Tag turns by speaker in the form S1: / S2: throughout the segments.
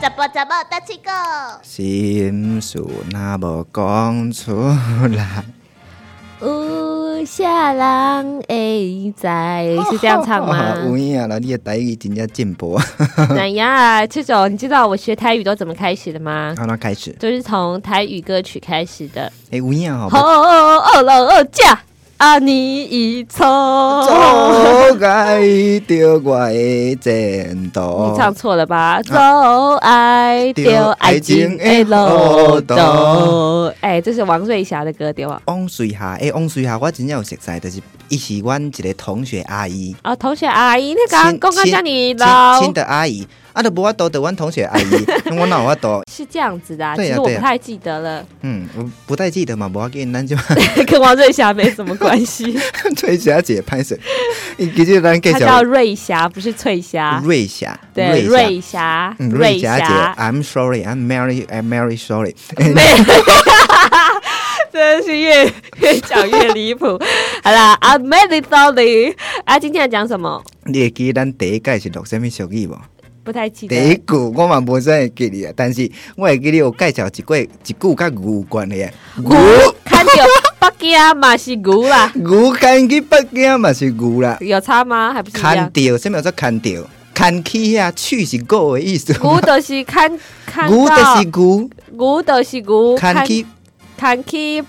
S1: 怎么怎么的七个？
S2: 心事若无讲出 来，
S3: 有啥人会知？哎是这样唱吗？
S2: 哦 有影啦！你的台语真正进 步啊！
S3: 怎样啊？这种你知道我学台语都怎么开始的 吗？
S2: 好，那开始。
S3: 就是从台语歌曲开始的。
S2: 哎，有影好不
S3: 哦
S2: 好？
S3: 哦哦哦驾啊你一走。
S2: 阻碍着我的前途
S3: 你。唱错了吧？走爱丢爱情的路途，哎，这是王瑞霞的歌对吧？
S2: 王水霞，哎，王水霞，我真正有熟悉，就是伊是阮一个同学阿姨，
S3: 啊，同学阿姨，那个公公叫你
S2: 亲
S3: 老
S2: 亲的阿姨，啊，都无法度的阮同学 阿姨，我哪有法度？
S3: 是这样子的、啊，
S2: 对啊
S3: 其实我
S2: 对
S3: 不
S2: 啊
S3: 太记得了，
S2: 嗯，我不太记得嘛，无要紧，咱就
S3: 跟王瑞霞没什么关系。
S2: 翠霞姐拍 摄，伊其实咱介
S3: 她叫
S2: 绍
S3: 瑞霞，不是翠霞。
S2: 瑞霞，
S3: 对，
S2: 瑞霞
S3: 瑞霞，
S2: 嗯，瑞
S3: 瑞
S2: 霞姐
S3: 霞，
S2: ，I'm sorry, I'm Mary, I'm Mary sorry。
S3: 没， 真的是越越讲越离谱。 好啦，I'm very sorry。啊，今天要讲什么？
S2: 你会记咱第一届是录什么俗语无？
S3: 不太记
S2: 第一
S3: 得。
S2: 句我嘛无啥会记哩啊，但是我会记你有介绍一过一句甲牛有关的啊，
S3: 牛
S2: 牛，
S3: 看 到北京嘛是牛啦，
S2: 牛牵去北京嘛是牛啦，
S3: 有差吗？还不是一啊
S2: 牵
S3: 样？
S2: 掉，什么叫做牵掉？牵去啊，去是狗的意思。
S3: 牛就是看看
S2: 牛就
S3: 到
S2: 是，牛，
S3: 牛就是牛，
S2: 牵去。
S3: 看去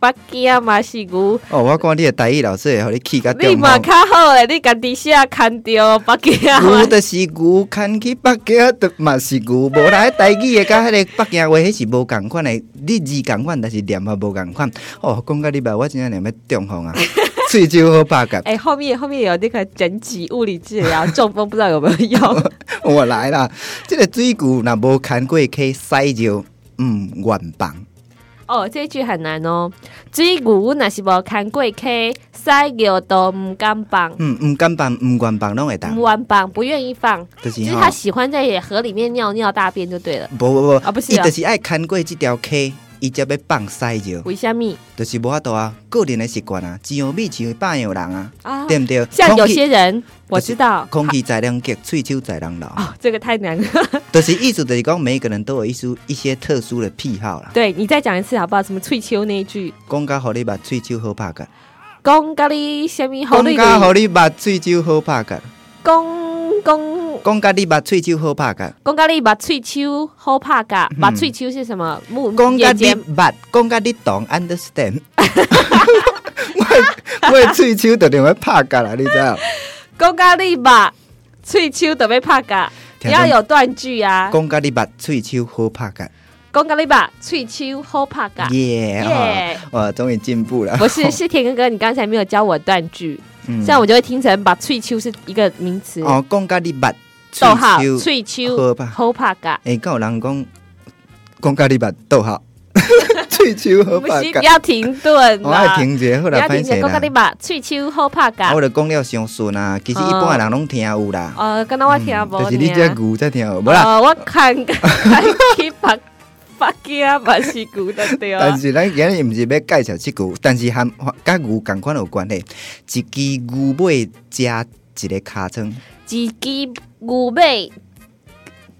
S3: 北京嘛是牛。
S2: 哦，我看你的台语老师会互你气甲中
S3: 你嘛
S2: 风。
S3: 较好诶，你家己写牵着北京啊，
S2: 牛就是牛，牵去北京就嘛是牛，无啦，迄台语的甲迄个北京话迄是无共款的，你字共款，但是念法无共款。哦，讲到你吧，我真正念要 中风啊，喙睭好白甲。
S3: 哎、后面后面有那个整脊物理治疗， 中风不知道有没有用？
S2: 我来啦，这个水牛若无牵过溪，屎尿嗯愿放。
S3: 哦，这一句很难哦。水牛若是无牵过溪，屎尿都唔敢放，
S2: 嗯，唔敢放，唔愿放拢会当
S3: 唔，愿放，不愿意放，
S2: 就是
S3: 就是
S2: 吼
S3: 他。喜欢在河里面尿尿大便就对了。
S2: 无无
S3: 啊
S2: 无
S3: 不，是
S2: 伊
S3: 啊
S2: 就是爱牵过即条溪，伊才要放屎尿，
S3: 为虾米
S2: 就是无法度啊，个人的习惯啊，一样米像百样人啊，
S3: 啊？
S2: 对毋对？
S3: 像有
S2: 空气
S3: 些人我知道，
S2: 空气在人急，喙手在人流，
S3: 哦，这个太难了。
S2: 就是意思就是讲每一个人都有一些一些特殊的癖好啦。
S3: 对你再讲一次好不好？什么翠秋那一句，
S2: 讲甲互你目喙手好拍甲，
S3: 公咖喱虾米好绿
S2: 讲甲互你目喙手好拍甲，
S3: 公公
S2: 讲甲你目喙手好拍甲。
S3: 讲咖喱把喙秋好怕嘎，
S2: 嗯
S3: 把喙秋是什么？木
S2: 讲甲
S3: 眼
S2: 你
S3: 睛
S2: 捌，讲甲你懂 understand。我的我的喙手就另外拍甲啦，你知道？
S3: 讲咖喱吧，喙手都要拍噶，你
S2: 听
S3: 要
S2: 讲
S3: 有断句啊。
S2: 讲甲你捌，喙手好拍甲，
S3: 讲咖喱吧，喙手好拍噶。
S2: 耶！
S3: 耶
S2: 哦哇，终于进步了。
S3: 不 是，是田哥哥，你刚才没有教我断句，
S2: 嗯
S3: 这样我就会听成把喙秋是一个名词，
S2: 哦，讲甲你捌，
S3: 逗号
S2: 喙手
S3: 喙秋
S2: 好拍。
S3: 好拍噶。
S2: 哎，敢有人讲讲甲你捌，逗号，喙手好
S3: 不
S2: 拍
S3: 行，
S2: 甲
S3: 不。要停顿
S2: 我爱
S3: 啦，
S2: 停者，好
S3: 不
S2: 啦，
S3: 要
S2: 歹
S3: 停
S2: 势
S3: 顿。讲咖
S2: 啦
S3: 喱。吧，喙手好拍
S2: 啊
S3: 噶
S2: 我。就讲了伤顺啊，其实一般的人拢听有啦。
S3: 呃，刚刚我听
S2: 嗯
S3: 无啊
S2: 就是你
S3: 呢
S2: 这牛才听有，无啦。
S3: 呃，我看 看去北北京嘛是古的对啊
S2: 但。是咱今日毋是要介绍即句，但是和甲牛共款有关系。一支牛尾加一个尻川，
S3: 一支牛尾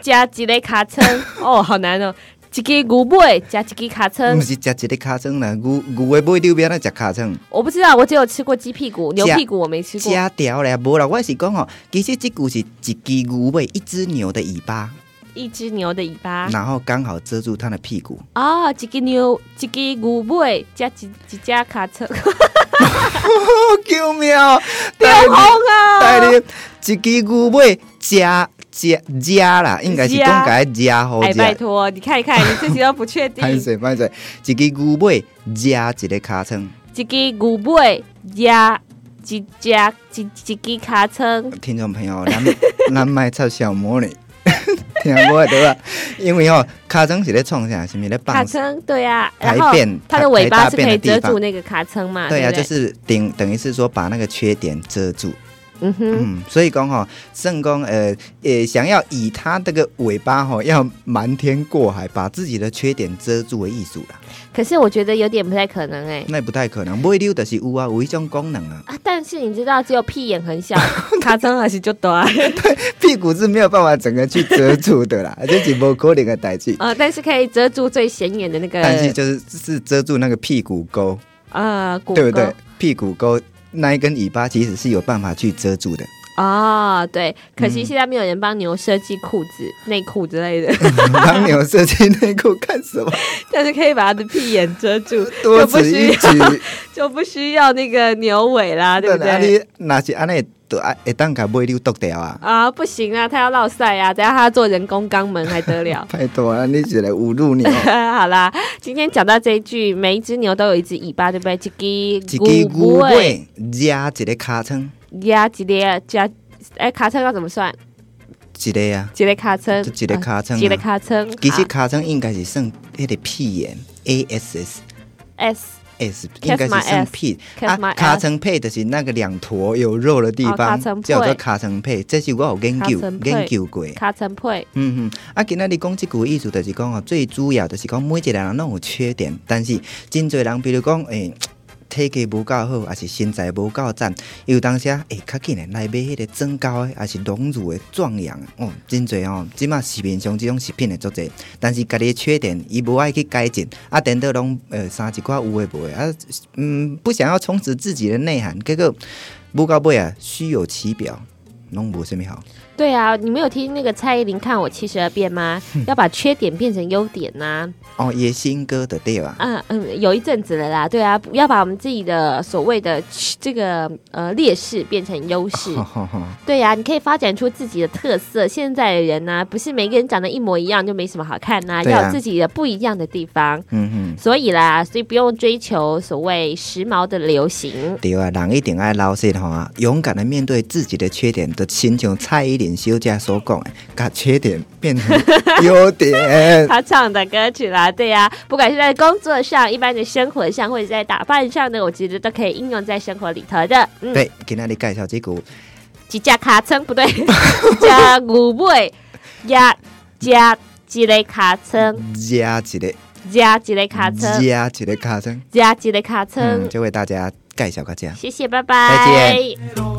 S3: 加一个卡车， 哦，好难哦。一支牛尾加一支卡车
S2: 毋，是食一个尻川啦，牛牛的尾溜边咱食尻川，
S3: 我不知道，我只有吃过鸡屁股，牛屁股我没吃过。
S2: 加条咧，无啦。我是讲吼，其实即句是一支牛尾，一只牛的尾巴，
S3: 一只牛的尾巴
S2: 然后刚好遮住它的屁股。
S3: 哦，一只牛，一只牛尾加一一只卡 车，
S2: 哦，救命！
S3: 掉
S2: 台
S3: 红啊！
S2: 带你一支牛尾加加加啦，应该是讲该加好
S3: 哎，拜
S2: 加。
S3: 托，你看一看，你自己都不确 定。
S2: 歹势歹势，一支牛尾加一个尻川，
S3: 一支牛尾加一只一一支卡车，
S2: 听众朋友， 咱咱卖插小魔女， 听我的对吧？因为吼、尻川是咧创啥？是毋是咧
S3: 卡
S2: 放？
S3: 车对啊，
S2: 排
S3: 然后
S2: 便
S3: 它
S2: 排
S3: 的尾
S2: 排大
S3: 巴是
S2: 便
S3: 可
S2: 的
S3: 以
S2: 地
S3: 遮
S2: 方啊
S3: 住那个卡车嘛？
S2: 对啊，
S3: 不
S2: 就是顶等于是说把那个缺点遮住，
S3: 嗯哼，
S2: 嗯，所以讲吼，正宫呃呃，想要以它这个尾巴吼，要瞒天过海，把自己的缺点遮住的艺术啦，
S3: 可是我觉得有点不太可能哎、
S2: 那也不太可能。尾溜就是有啊，有一种功 能啊，
S3: 啊！但是你知道，只有屁眼很 小，卡车还是就短
S2: 屁股是没有办法整个去遮住 的啦，这是不可能的代志。
S3: 啊，但是可以遮住最显眼的那个
S2: 但是就是是遮住那个屁股沟，
S3: 啊骨
S2: 对不
S3: 沟
S2: 对？屁股沟那一根尾巴其实是有办法去遮住的。
S3: 啊、对，可
S2: 嗯
S3: 惜现在没有人帮牛设计裤子、内裤之类的，
S2: 当牛设计内裤干什么？
S3: 但是可以把它的屁眼遮住，
S2: 多
S3: 就不
S2: 此
S3: 需
S2: 一
S3: 要
S2: 举。
S3: 就不需要那个牛尾啦，对不对？
S2: 啊你若是安尼，就爱会当甲尾溜剁掉啊！？
S3: 啊，不行啊，他要落赛啊，等下他做人工肛门还得了
S2: 拜托啊，你是来侮辱你哦！
S3: 好啦，今天讲到这一句，每一只牛都有一只尾巴，对不对？一
S2: 一
S3: 只
S2: 支牛尾加一个尻川，
S3: 压一个加，哎，卡车要怎么算？
S2: 一个啊，
S3: 一个卡车，
S2: 就一个尻川
S3: 啊
S2: 啊
S3: 一个卡车，
S2: 其实
S3: 啊
S2: 尻川应该是算迄个屁眼 A S S。
S3: S
S2: S
S3: Kiss
S2: 应该是
S3: my
S2: 算
S3: ass
S2: 屁
S3: Kiss
S2: 啊，
S3: my
S2: 卡
S3: ass
S2: 层配就是那个两坨有肉的地
S3: 哦
S2: 方
S3: 尻川，
S2: 叫做
S3: 配
S2: 卡层配，这是我有研
S3: 尻
S2: 究
S3: 川配
S2: 研究过。
S3: 卡车配，
S2: 嗯嗯，啊，今仔日讲即句意思，就是讲哦，最主要就是讲每一个人拢有缺点，但是真侪人，比如讲，诶、体格无够好，还是身材无够赞，伊有当时啊，会较紧诶来买迄个增高诶，啊还是隆乳诶壮阳的哦，真侪哦，即马市面上即种食品诶足侪，但是家己诶缺点，伊无爱去改进，啊，等到拢呃三一寡有诶无诶，啊，嗯，不想要充实自己的内涵，结果无到尾啊，虚有其表，拢无啥物好。
S3: 对啊，你没有听那个蔡依林看我七十二变吗？要把缺点变成优点呐、
S2: 哦，野新歌的对吧？
S3: 啊，嗯，有一阵子了啦，对啊，不要把我们自己的所谓的这个呃劣势变成优势， 对呀、你可以发展出自己的特色。现在的人呢、不是每个人长得一模一样就没什么好看呐、
S2: 对啊
S3: 要有自己的不一样的地方。
S2: 嗯哼，
S3: 所以啦，所以不用追求所谓时髦的流行。
S2: 对啊，人一定爱老实吼啊，勇敢的面对自己的缺点，就亲像蔡依林小姐所讲的，把缺点变成 优 点。
S3: 他唱的歌曲啦，对呀、不管是在工作上、一般的生活上，或者在打扮上呢，我觉得都可以应用在生活里头的。嗯，
S2: 对，今天你介绍这句，
S3: 几架卡车 不对，一架牛尾压加一个卡车，
S2: 嗯加一个，
S3: 加一个卡车，
S2: 加一个卡声，
S3: 加一个卡车。
S2: 嗯，就为大家介绍个这样。
S3: 谢谢，拜拜。
S2: 嗯再
S1: Pero